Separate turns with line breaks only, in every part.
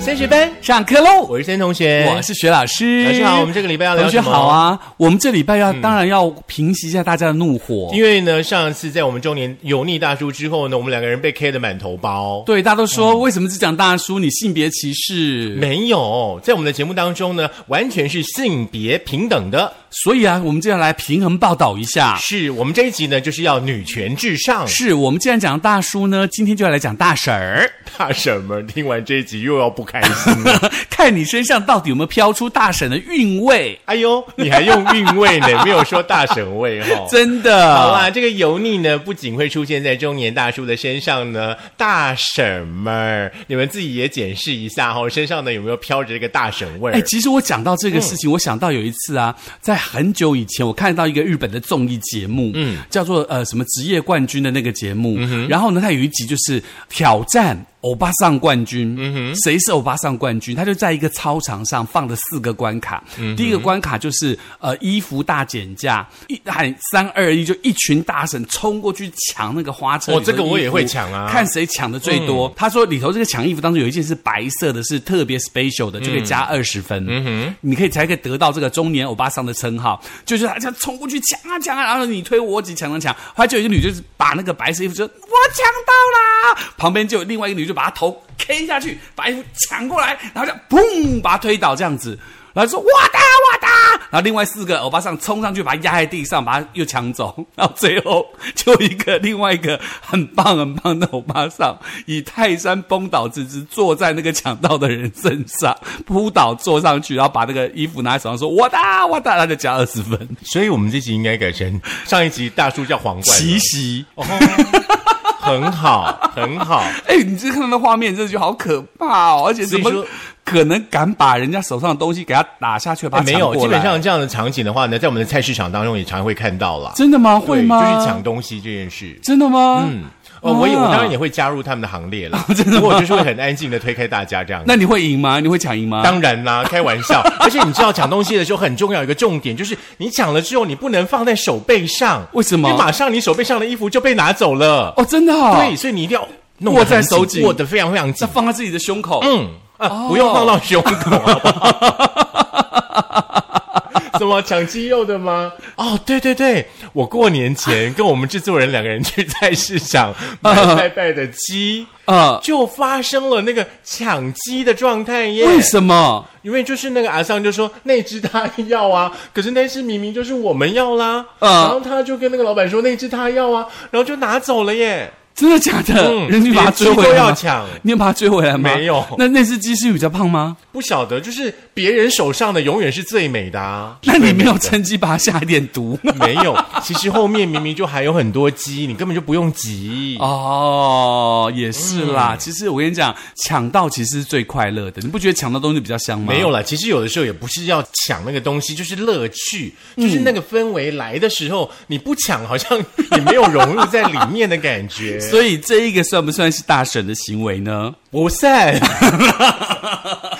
三十班
上课喽！
我是森同学，
我是学老师，
哎老师好我们这个礼拜要聊
同学
什么嗯
好啊，我们这礼拜要、当然要平息一下大家的怒火，
因为呢，上次在我们中年油腻大叔之后呢，我们两个人被 K 的满头包。
对大家都说、为什么只讲大叔，你性别歧视？
嗯没有，在我们的节目当中呢，完全是性别平等的。
所以啊，我们接下来平衡报道一下。
是我们这一集呢，就是要女权至上。
啊是我们既然讲大叔呢，今天就要来讲大婶儿，
怕什么？听完这一集又要不开心了。
看你身上到底有没有飘出大婶的韵味，
哎呦，你还用韵味呢，没有说大神味 哈、哦。
真的。
好啦，这个油腻呢，不仅会出现在中年大叔的身上呢，大婶们儿，你们自己也检视一下哈、哦，身上呢有没有飘着这个大婶味儿？嗯
哎，其实我讲到这个事情，我想到有一次啊，在很久以前，我看到一个日本的综艺节目，嗯，叫做呃什么职业冠军的那个节目，
嗯
然后呢，它有一集就是挑战。欧巴桑冠军，
嗯
谁是欧巴桑冠军？他就在一个操场上放了四个关卡。
嗯
第一个关卡就是呃衣服大减价，一喊三二一，就一群大婶冲过去抢那个花车里
哦
头的衣服。
这个我也会抢啊嗯
看谁抢的最多。他说里头这个抢衣服当中有一件是白色的，是特别 special 的，就可以加二十分。嗯哼，你可以才可以得到这个中年欧巴桑的称号。就是他这样冲过去抢啊抢啊，然后你推我挤，抢抢抢。后来就有一个女就是把那个白色衣服说：“我抢到啦！”旁边就有另外一个女就把她头 K 下去，把衣服抢过来，然后就砰把她推倒这样子。然后说我的我的，然后另外四个欧巴桑冲上去把他压在地上，把他又抢走，然后最后就一个另外一个很棒很棒的欧巴桑以泰山崩倒之姿坐在那个抢到的人身上扑倒坐上去，然后把那个衣服拿在手上说我的我的，他就加二十分，
所以我们这集应该改成上一集大叔叫皇冠了，
奇袭。
哦，很好，很好。
哎，你这看到那画面，这就好可怕哦！而且
所
怎
以
么
说
可能敢把人家手上的东西给他打下去，把
哎
他
没
抢
有，
过
基本
来
上这样的场景的话呢，在我们的菜市场当中也常会看到啦。
真的吗？
对
会吗？
就是抢东西这件事。
真的吗？
嗯，哦，我也我
啊
当然也会加入他们的行列 啦。真的，我就是会很安静的推开大家这样。
那你会赢吗？你会抢赢吗？
当然啦，开玩笑。 而且你知道抢东西的时候很重要，有一个重点就是你抢了之后，你不能放在手背上，
为什么
因为马上你手背上的衣服就被拿走了。
哦，真的、哦，
对，，所以你一定要弄
握
得很
在手
紧
紧
握得非常非常紧
那。放在自己的胸口，
嗯啊，
哦
不用放到胸口，好不 好？什么抢鸡肉的吗？哦，对对对，我过年前跟我们制作人两个人去菜市场 买
啊
拜拜的鸡，
呃，
就发生了那个抢鸡的状态耶。
为什么？
因为就是那个阿桑就说那只他要啊，可是那只明明就是我们要啦，
嗯
然后他就跟那个老板说那只他要啊，然后就拿走了耶。
真的假的？
嗯
人家把它
连鸡
追回来
都
吗
要抢
你有把它追回来吗？
没有
那那只鸡是比较胖吗？
不晓得，就是别人手上的永远是最美的啊。
那你没有
真
趁机把它下一点 毒吗？
没有？其实后面明明就还有很多鸡，你根本就不用急。
哦，也是
嗯
啦。其实我跟你讲，抢到其实是最快乐的，你不觉得抢到东西比较香吗？
没有啦，其实有的时候也不是要抢那个东西，就是乐趣，
嗯
就是那个氛围来的时候，你不抢好像也没有融入在里面的感觉。
所以这一个算不算是大婶的行为呢？
不散，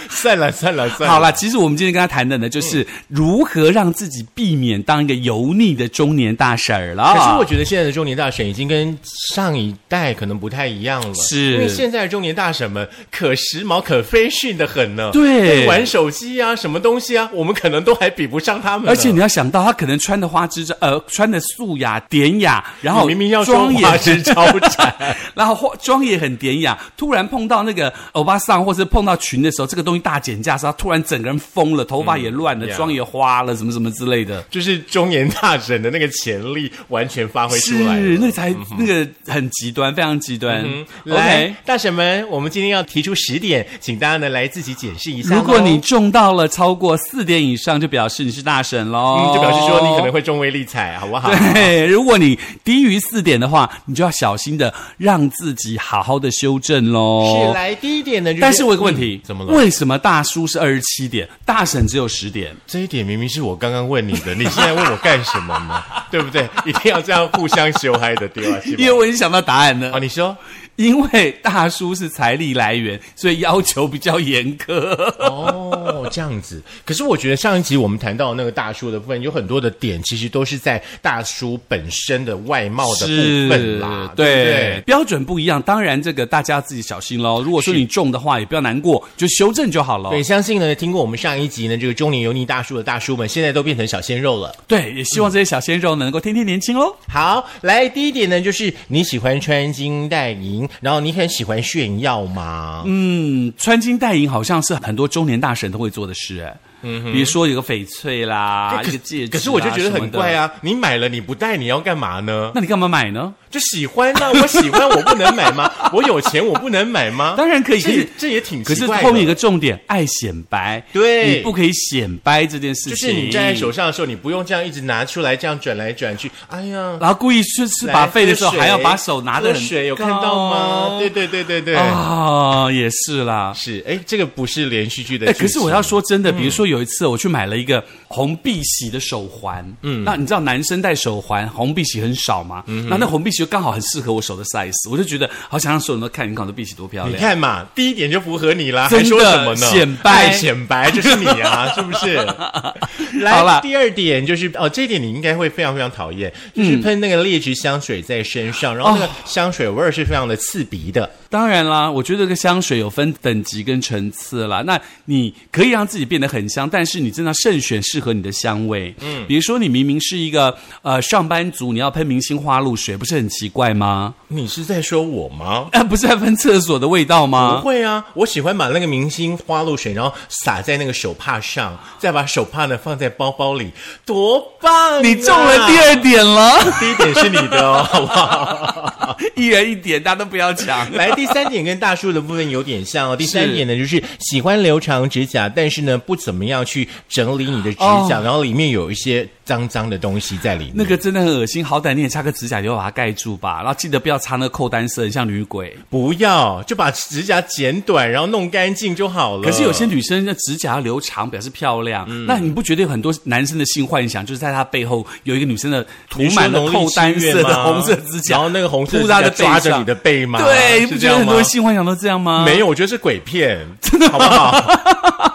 散了，散了，散了。
好啦，其实我们今天跟他谈的呢，
嗯
就是如何让自己避免当一个油腻的中年大婶儿了。
可是我觉得现在的中年大婶已经跟上一代可能不太一样了，
是
因为现在的中年大婶们可时髦、可飞讯的很呢。
对
会玩手机啊，什么东西啊，我们可能都还比不上他们呢。
而且你要想到，他可能穿的花枝招呃，穿的素雅典雅，然后
你明明要说
妆也
花枝招展，
然后化妆也很典雅，突然碰到那个欧巴桑，或是碰到裙的时候，这个东西大减价的时候，他突然整个人疯了，头发也乱了，
嗯 yeah
妆也花了，什么什么之类的。
就是中年大婶的那个潜力完全发挥出来
是，
了。
那才、那个很极端，非常极端。
嗯
OK
来，。大婶们，我们今天要提出十点，请大家呢来自己解释一下咯。
如果你中到了超过四点以上，就表示你是大神喽、
嗯，就表示说你可能会中微利彩，好不好？
对，如果你低于四点的话，你就要小心的让自己好好的修正喽。
是来第一点呢，就
哦但是我有个问题
嗯，怎么了？
为什么大叔是二十七点，大婶只有十点？
这一点明明是我刚刚问你的，你现在问我干什么呢？对不对？一定要这样互相羞嗨的对吧？是吧
因为我已经想到答案了
哦，，你说
因为大叔是财力来源，所以要求比较严苛。
哦，
了。
这样子。可是我觉得上一集我们谈到那个大叔的部分，有很多的点其实都是在大叔本身的外貌的部分啦，
对
不对？
标准不一样，当然这个大家自己小心喽。如果说你中的话，也不要难过，就修正就好了。
对，相信呢，听过我们上一集呢，这个中年油腻大叔的大叔们，现在都变成小鲜肉了。
对，也希望这些小鲜肉能够天天年轻喽。
好，来第一点呢，就是你喜欢穿金戴银，然后你很喜欢炫耀吗？嗯，
嗯，穿金戴银好像是很多中年大神都会做的事，哎，嗯，比如说有个翡翠啦，一个戒指啦，
哎可是我就觉得
什
很
么的
怪。啊，你买了你不戴，你要干嘛呢？
那你干嘛买呢？
就喜欢啊，我喜欢，我不能买吗？我有钱，我不能买吗？
当然可哎以，可
啊这
是
也这也挺
可
奇
是
怪的
后面有个重点，爱显白，
对
你不可以显白这件事情，
就是你站在手上的时候，你不用这样一直拿出来，这样转来转去。哎呀，
然后故意去吃把费的时候，
来喝水
还要把手拿得
喝
很
水，有看到吗？对对对对对，
啊、也是啦。
是哎，这个不是连续剧的
哎，
剧情。
可是我要说真的，比如说有一次我去买了一个红碧玺的手环，嗯，那你知道男生戴手环红碧玺很少嘛，嗯，那那红碧玺就刚好很适合我手的 size，我就觉得好想让所有人都看，你看我的碧玺多漂
你
亮。
看嘛，第一点就符合你啦，
真的
还说什么呢？
显摆
爱显白就是你啊，是不 是？来，
好啦
第二点就是哦，这一点你应该会非常非常讨厌，就是
嗯
喷那个劣质香水在身上，然后
哦
那个香水味儿是非常的刺鼻的。
当然啦，我觉得这个香水有分等级跟层次啦。那你可以让自己变得很香，但是你真的要慎选适合你的香味。嗯，比如说你明明是一个呃上班族，你要喷明星花露水，不是很奇怪 吗？
你是在说我吗？
啊， 不是在喷厕所的味道
不
吗？
会啊，我喜欢把那个明星花露水，然后撒在那个手帕上，再把手帕呢放在包包里，多棒、啊
你中了第，二点了，
第一点是你的哦，好不好？
一人一点，大家都不要抢。
来，第三点跟大叔的部分有点像哦。第三点呢，就是喜欢留长指甲，但是呢不怎么样去整理你的指甲，然后里面有一些脏脏的东西在里面。
哦那个真的很恶心，好歹你也插个指甲油把它盖住吧，然后记得不要插那个扣单色，很像女鬼。
不要，就把指甲剪短，然后弄干净就好了。
可是有些女生的指甲要留长，表示漂亮。
嗯
那你不觉得有很多男生的性幻想，就是在她背后有一个女生的涂满了扣单色的红色指甲，
然后那个红色指
铺在
甲
她的
抓
背
着
上
你的。背吗？
对，你不
是这
觉得
样
很
吗
多？性幻想都这样吗？
没有，我觉得是鬼 片，真的好不好？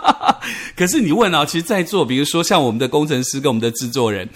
可是你问啊，其实，在座比如说像我们的工程师跟我们的制作人，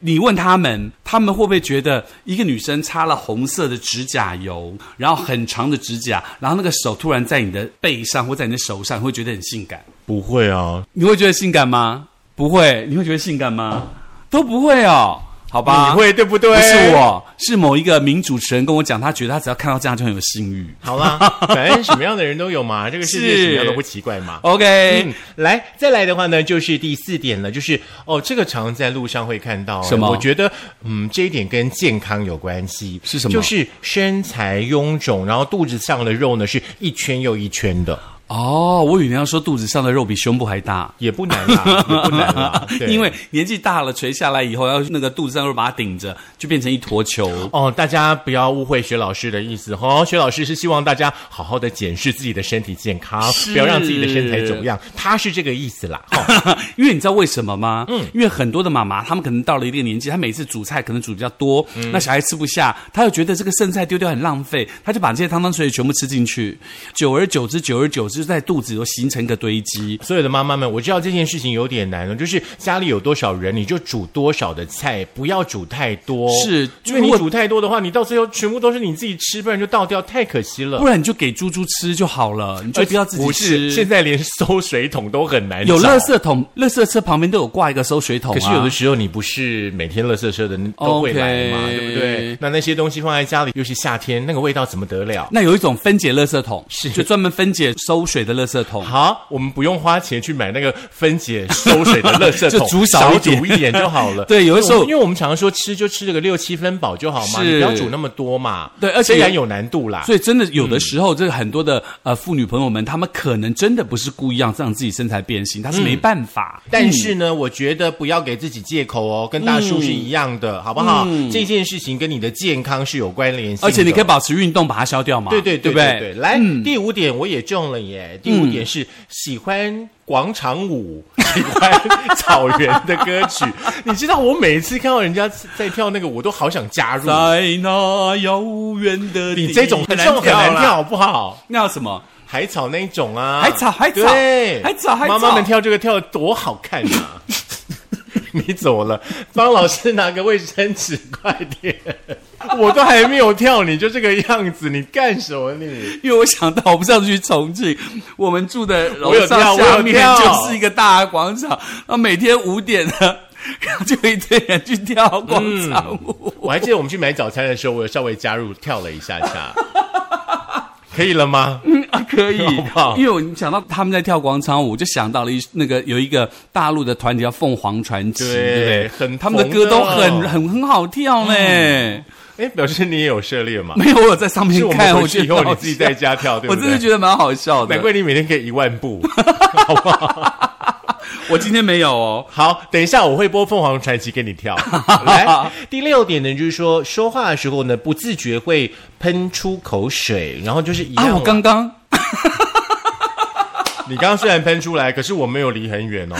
你问他们，他们会不会觉得一个女生擦了红色的指甲油，然后很长的指甲，然后那个手突然在你的背上或在你的手上，会觉得很性感？
不会啊，
你会觉得性感吗？不会，你会觉得性感吗？都不会哦，好吧？
你会对不对？
不是。我，是某一个名主持人跟我讲，他觉得他只要看到这样就很有性欲。
好啦， 反正什么样的人都有嘛， 这个世界
是
什么样都不奇怪嘛。
OK，、
嗯，来，再来的话呢，就是第四点了，就是哦，这个常在路上会看到。啊
什么
我觉得，嗯，这一点跟健康有关系。
是什么
就是身材臃肿，然后肚子上的肉呢是一圈又一圈的，
哦，我以为你要说肚子上的肉比胸部还大。。
也不难啦，也不难啦对
因为年纪大了，垂下来以后，要那个肚子上肉把它顶着，就变成一坨球。
哦，大家不要误会薛老师的意思哦。薛老师是希望大家好好的检视自己的身体健康，
是
不要让自己的身材走样，他是这个意思啦。哈、
因为你知道为什么吗？嗯，因为很多的妈妈，她们可能到了一定年纪，她每次煮菜可能煮比较多，
嗯
那小孩吃不下，她又觉得这个剩菜丢掉很浪费，她就把这些汤汤水水全部吃进去，久而久之，久而久之，在肚子都形成一个堆积。
所有的妈妈们，我知道这件事情有点难了，就是家里有多少人，你就煮多少的菜，不要煮太多。
是
因为
如
你
果
煮太多的话，你到最后全部都是你自己吃，不然就倒掉，太可惜了
不。然你就给猪猪吃就好了，你就不要自己
不是，
吃
呃现。在连收水桶都很难找
有垃。 圾桶，垃圾车旁边都有挂一个收水桶、啊。
可是有的时候你不是每天垃圾车的都会来嘛
OK
对不对？那那些东西放在家里，尤其夏天，那个味道怎么得了？
那有一种分解垃圾桶，是就专门分解收水的垃圾桶。
好，我们不用花钱去买那个分解收水的垃圾
就
桶，
煮
少
少一点
煮一点就好了。
对有的时候
因为我们常说吃就吃这个六七分饱就好嘛，
是
你不要煮那么多嘛。
对而且
虽然有难度啦。
所以真的有
嗯
的时候，这个很多的呃妇女朋友们，她们可能真的不是故意让让自己身材变形，她是没办法。
嗯但是呢，我觉得不要给自己借口哦，跟大
嗯
叔是一样的，好不好？这件事情跟你的健康是有关联性的，
而且你可以保持运动，把它消掉嘛。
对对对
对嗯不
对对，来、第五点我也中了耶，耶。第五点是喜欢广场舞， 喜欢草原的歌 曲。你知道，我每一次看到人家在跳那个，我都好想加入。
在那遥远的地
你这种这种很难跳，，好不好？
那要什么？
海草那一种啊，
海草海草
对，
海草海
妈
草
妈们跳这个跳得多好看 啊！你走了，帮老师拿个卫生纸，快 点！我都还没有跳，你就这个样子，你干什么你？
因为我想到我们上次去重庆，我们住的楼
我有
上
跳我有
下面
跳
就是一个大广场，然后每天五点呢， 然后就一堆人去跳广场
嗯
舞。
我还记得我们去买早餐的时候，我有稍微加入跳了一下下， 可以了吗？
啊，可以，
好不好
因为我想到他们在跳广场舞，我就想到了一那个有一个大陆的团体叫凤凰传奇，
对
对不对？
很
他们的
红
歌都
的哦
很很很好跳嘞。
哎，表示你也有涉猎嘛？
没有，我有在上面
是我们
看，
回
我
去
觉
以后
得
你自己在家跳，对不
我
对？
真的觉得蛮好笑的
难。怪你每天可以一万 步。
我今天没有哦，
好，等一下我会播凤凰传奇给你 跳。来，第六点呢，就是说说话的时候呢，不自觉会喷出口水，然后就是一样
啊，
啦、
我刚刚
你刚刚虽然喷出来，可是我没有离很 远哦，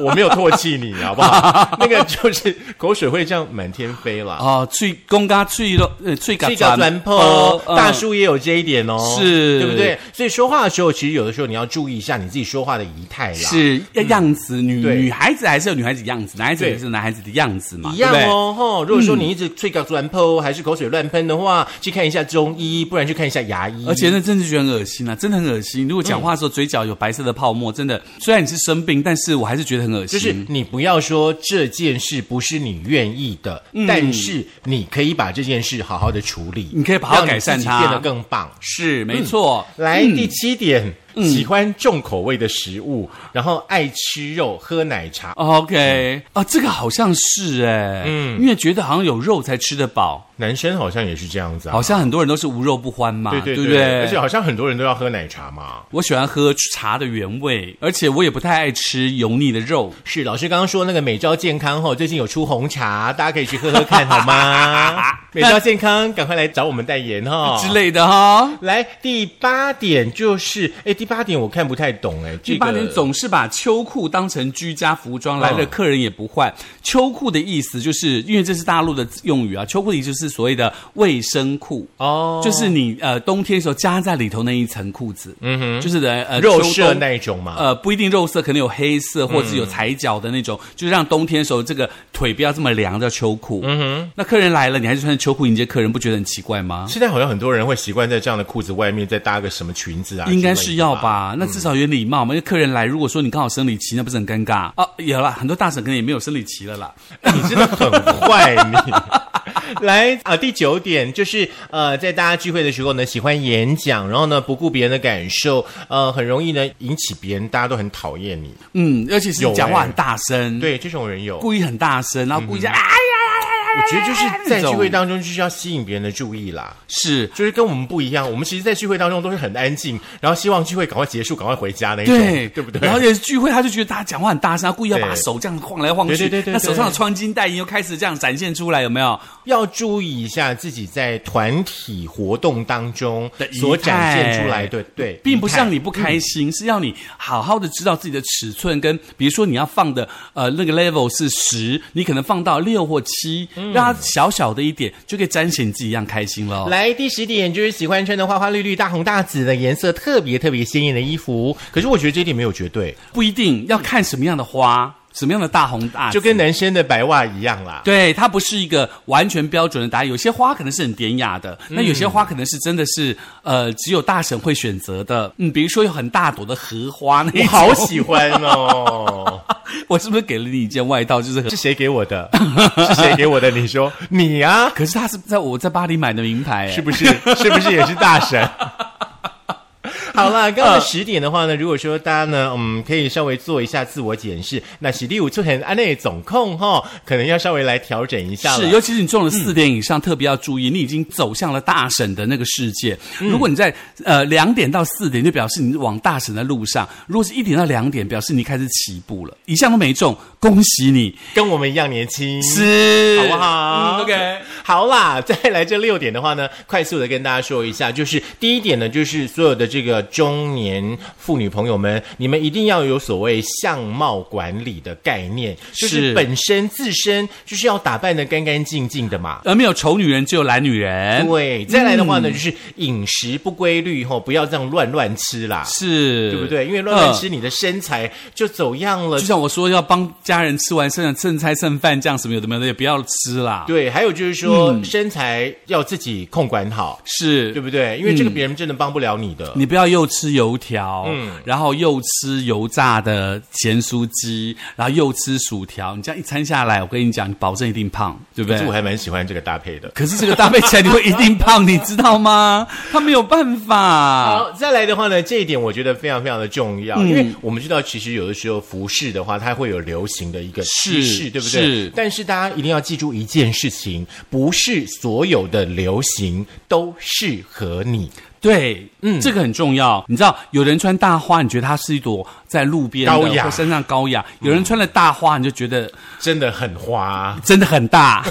我没有唾弃你，好不好？那个就是口水会这样满天飞啦。
哦，最公家最肉，呃，最
这
敢
叫钻破，大
叔。嗯
叔也有这一点哦，
是
对不对？所以说话的时候，其实有的时候你要注意一下你自己说话的仪态啦。
是要样子，女
嗯对
女孩子还是有女孩子样子，男孩子
对
也是男孩子的样子嘛，
一样
对嗯不对
哦，吼、如果说你一直吹搞乱喷，还是口水乱喷的话，去看一下中医，不然去看一下牙医。
而且那真的觉得很恶心啊，真的很恶心。如果讲话的时候嘴角有白色的泡沫，真的，虽然你是生病，但是我还是觉得很恶
就
心。
是你不要说这件事不是你愿意的，但是你可以把这件事好好的处理，
嗯你可以把它
让
改善
自己
它嗯
变得更棒。
是没错，
来、第七点，
嗯
喜欢重口味的食物，然后爱吃肉、喝奶茶。
OK 啊，这个好像是哎，嗯，因为觉得好像有肉才吃得饱，
男生好像也是这样子啊，
好像很多人都是无肉不欢嘛，
对啊对
不
而且好像很多人都要喝奶茶嘛。
我喜欢喝茶的原味，而且我也不太爱吃油腻的肉。
是老师刚刚说那个美招健康哦，最近有出红茶，大家可以去喝喝看好 吗？美招健康，赶快来找我们代言哦。
之类的哈、
来第八点就是，哎，第八点我看不太懂哎，这
第
个
八年总是把秋裤当成居家服装，来了
嗯
客人也不换。秋裤的意思就是因为这是大陆的用语啊，秋裤也就是所谓的卫生裤。
哦，
就是你呃冬天的时候加在里头那一层裤子，嗯哼，就是的呃
肉
秋
色
冬
那一种嘛。
呃，不一定肉色，可能有黑色或者是有踩脚的那种，
嗯
就是让冬天的时候这个腿不要这么凉，叫秋裤。嗯哼，那客人来了，你还是穿着秋裤迎接客人，不觉得很奇怪吗？
现在好像很多人会习惯在这样的裤子外面再搭个什么裙子啊之类的，嗯
应该是要吧，那至少有礼貌嘛。因为客人来，如果说你刚好生理期，那不是很尴尬啊？有啦，很多大婶可能也没有生理期了啦。
你真的很坏你。 来啊，第九点就是呃，在大家聚会的时候呢，喜欢演讲，然后呢不顾别人的感受，呃，很容易呢引起别人大家都很讨厌你。
嗯，尤其是
有
讲话
欸
很大声，，
对，这种人有。
故意很大声，然后故意这样啊呀呀呀呀呀，
我觉得就是在
那种
聚会当中就是要吸引别人的注意啦，
是。
就是跟我们不一样。我们其实，在聚会当中都是很安静，然后希望聚会赶快结束，赶快回家那一种，
对，
对不对？
然后也是聚会，他就觉得大家讲话很大声，他故意要把
对
手这样晃来晃去，
对对对对
那手上的
对
穿金戴银又开始这样展现出来，有没有？
要注意一下自己在团体活动当中
的仪
所展现
态
出来的，对，
并不是让
你嗯
你不开心，是要你好好的知道自己的尺寸，跟比如说你要放的呃那个 level 是十，你可能放到六或七，
嗯
让它小小的一点，就可以彰显你自己一样开心了。
来第十点就是喜欢穿的花花绿绿、大红大紫的颜色特别特别鲜艳的衣服。可是我觉得这一点没有绝对，
不一定要看什么样的花，什么样的大红大紫
就跟男生的白袜一样啦。
对，它不是一个完全标准的答案。有些花可能是很典雅的，
嗯
那有些花可能是真的是呃，只有大神会选择的。嗯，比如说有很大朵的荷花那一
我
种
好喜欢 哦！
我是不是给了你一件外套？就是很
是谁给我的？是谁给我的？你 说你啊，
可是它是在我在巴黎买的名牌、
是不是？是不是也是大神？ 呃好啦，刚刚的十点的话呢，如果说大家呢，嗯，可以稍微做一下自我检视，那喜力五就很安内总控哈、可能要稍微来嗯调整一下了。
是，尤其是你中了四点以上，特别要注意，你已经走向了大神的那个世界。
嗯
如果你在呃两点到四点，就表示你往大神的路上；如果是一点到两点，表示你开始起步了。以上都没中，恭喜你，
跟我们一样年轻，
是
好不好、
嗯？OK，
好啦， 再来这六点的话呢，快速的跟大家说一下，就是第一点呢，就是所有的这个中年妇女朋友们，你们一定要有所谓相貌管理的概念，就是
是
本身自身就是要打扮的干干净净的嘛。
而没有丑女人，只有懒女人，嗯
对，再来的话呢，就是饮食不规律吼，不要这样乱乱吃啦，
是，
对不对？因为乱乱
嗯
吃，你的身材就走样了
就。像我说，要帮家人吃完剩剩菜剩饭，这样什么有的没有的也不要吃啦。
对，还有就是说，
嗯
身材要自己控管好。
是，
对不对？因为这
嗯
个别人真的帮不了你的。
你不要又吃油条，
嗯
然后又吃油炸的咸酥鸡，然后又吃薯条，你这样一餐下来，我跟你讲，你保证一定胖，对不
可是我
对？
还蛮喜欢这个搭配的。
可是这个搭配起来，你会一定胖，你知 道吗？他没有办法，
好，再来的话呢，这一点我觉得非常非常的重
嗯
要，因为我们知道，其实有的时候服饰的话，它会有流行的一个趋势，
是
对不对？
是
但是大家一定要记住一件事情，不是所有的流行都适合你。
对，嗯，这个很重要。你知道，有人穿大花，你觉得它是一朵在路边的
高雅
或身上高雅；有人穿了大花，你就觉得
真的很花，
真的 很大，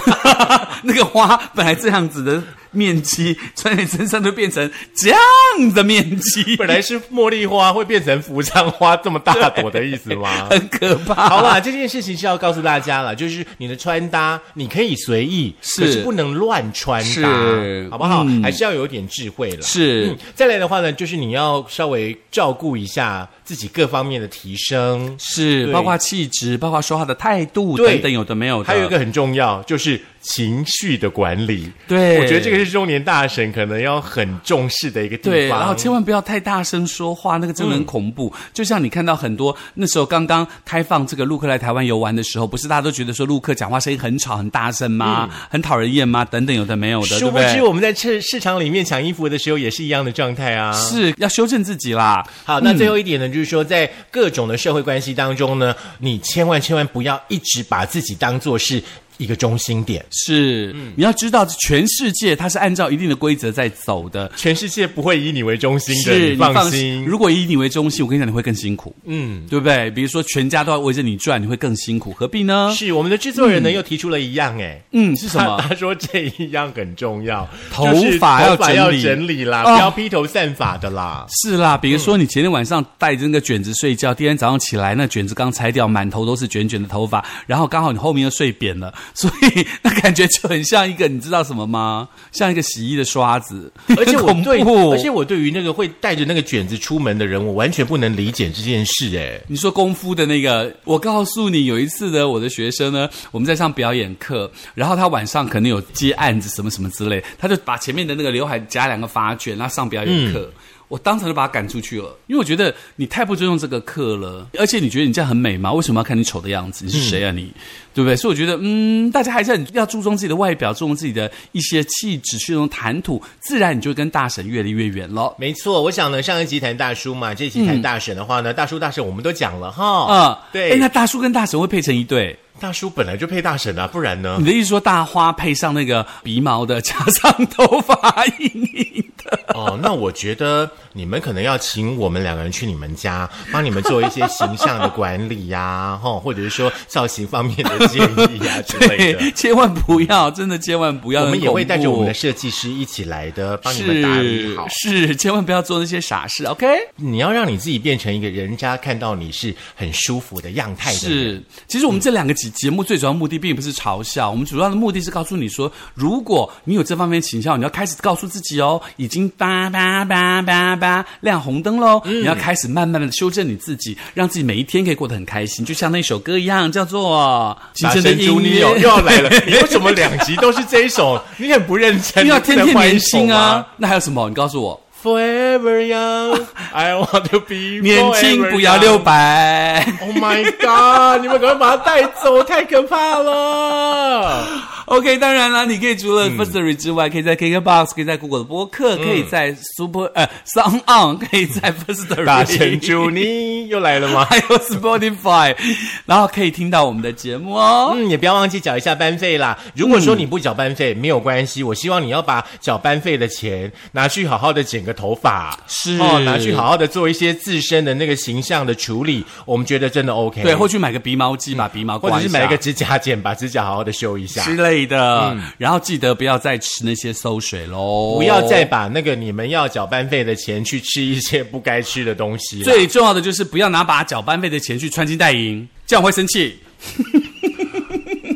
那个花本来这样子的面积，穿在你身上就变成这样的面积，
本来是茉莉花会变成扶桑花这么大朵的意思吗？
很可怕。
啊 好啦，这件事情是要告诉大家了，就是你的穿搭你可以随意，
是
可是不能乱穿搭，
是
好不好？
嗯
还是要有点智慧啦。
是
嗯，再来的话呢，就是你要稍微照顾一下自己各方面的提升，
是，
对
包括气质，包括说话的态度
对
等等，有的没有的。
还有一个很重要就是情绪的管理。
对
我觉得这个是中年大神可能要很重视的一个地方。
对，然后千万不要太大声说话，那个真的很恐怖。就像你看到很多那时候刚刚开放这个陆客来台湾游玩的时候，不是大家都觉得说陆客讲话声音很吵、很大声吗？很讨人厌吗？等等，有的没有的，对
嗯殊
不
不
对
知？我们在市市场里面抢衣服的时候也是一样的状态啊。
是要修正自己啦。嗯
好，那最后一点呢，就是说，在各种的社会关系当中呢，你千万千万不要一直把自己当做是一个中心点。
是，
嗯
你要知道，全世界它是按照一定的规则在走的。
全世界不会以你为中心的，
是，
你放
你
心。
如果以你为中心，我跟你讲，你会更辛苦，
嗯，
对不对？比如说，全家都要围着你转，你会更辛苦，何必呢？
是我们的制作人呢，又提出了一样哎。
嗯，是什
嗯 他
么？
他说这一样很重要，
头
就是
发要
头发要
整理
整理啦，不
哦
要披头散发的 啦。
是啦，比如说你前天晚上带着那个卷子睡觉，第二天早上起来，那卷子刚拆掉，满头都是卷卷的头发，然后刚好你后面又睡扁了，所以那感觉就很像一个，你知道什么吗？像一个洗衣的刷子，
而且我
很恐
对，
怖
而且我对于那个会带着那个卷子出门的人，我完全不能理解这件事哎。
你说功夫的那个，我告诉你，有一次呢，我的学生呢，我们在上表演课，然后他晚上可能有接案子什么什么之类，他就把前面的那个刘海夹两个发卷，然后上表演课。我当场就把他赶出去了，因为我觉得你太不尊重这个课了，而且你觉得你这样很美吗？为什么要看你丑的样子？你是谁啊你？对不对？所以我觉得，嗯，大家还是很要注重自己的外表，注重自己的一些气质，去用谈吐，自然你就会跟大神越离越远了。
没错，我想呢，上一集谈大叔嘛，这一集谈大婶的话呢，大叔大婶我们都讲了哈。
啊、
哦对，
哎，那大叔跟大神会配成一对。
大叔本来就配大婶啊，不然呢
你？的意思说大花配上那个鼻毛的，加上头发印印的，
哦，那我觉得你们可能要请我们两个人去你们家，帮你们做一些形象的管理呀、哈，或者是说造型方面的建议呀、之类的。
对，千万不要，真的千万不要。
我们也会
很恐怖
带着我们的设计师一起来的，帮你们打理
是
好。
是，千万不要做那些傻事，OK？
你要让你自己变成一个人家看到你是很舒服的样态的人。
是，其实我们这两个节节目最主要目的并不是嘲笑，我们主要的目的是告诉你说，如果你有这方面倾向，你要开始告诉自己哦，已经叭叭叭叭叭亮红灯喽，
嗯
你要开始慢慢的修正你自己，让自己每一天可以过得很开心，就像那首歌一样，叫做《青
大
春的
神
音
猪，你
乐
有》。又要来 了，你为什么两集都是这一首？你很不认真，
因为要天
你在
天
换一
年
首
轻
吗
啊。那还有什么？你告诉我，
Forever young, I want to be
年轻
forever
不要
young
六百。
Oh my god！你们赶快把它带走，太可怕了。
OK，当然啦，你可以除了 Firstory 之外，可以在 KKBox，可以在 Google 的播客，可以在 Super 呃 Sound On，可 以在 Firstory
大神祝你 又来了吗？
还有 Spotify，然后可以听到我们的节目哦。
嗯，也不要忘记缴一下班费啦。如果说你不缴班费、没有关系，我希望你要把缴班费的钱拿去好好的剪个头发，
是
哦，拿去好好的做一些自身的那个形象的处理，我们觉得真的 OK。
对，或去买个鼻毛机，把鼻毛
或
刮
者
一
是
下
买一个指甲剪，把指甲好好的修一下。
之类的，嗯然后记得不要再吃那些馊水喽，
不要再把那个你们要缴班费的钱去吃一些不该吃的东西了。
啊最重要的就是不要拿把缴班费的钱去穿金戴银，这样我会生气。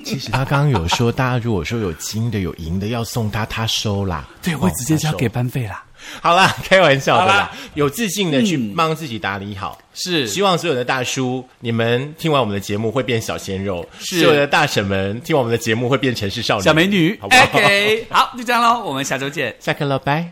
其实他刚刚有说，大家如果说有金的、有银的要送他，他收啦。
对，我会
哦
直接
他
交
收
给班费啦。
好啦，开玩笑的
好
啦
啦，嗯
有自信的去帮自己打理好。
是
希望所有的大叔，你们听完我们的节目会变小鲜肉；
是
所有的大婶们，听完我们的节目会变城市少女、
小美女
好不好
，OK，好，就这样喽，我们下周见。
下课了，拜。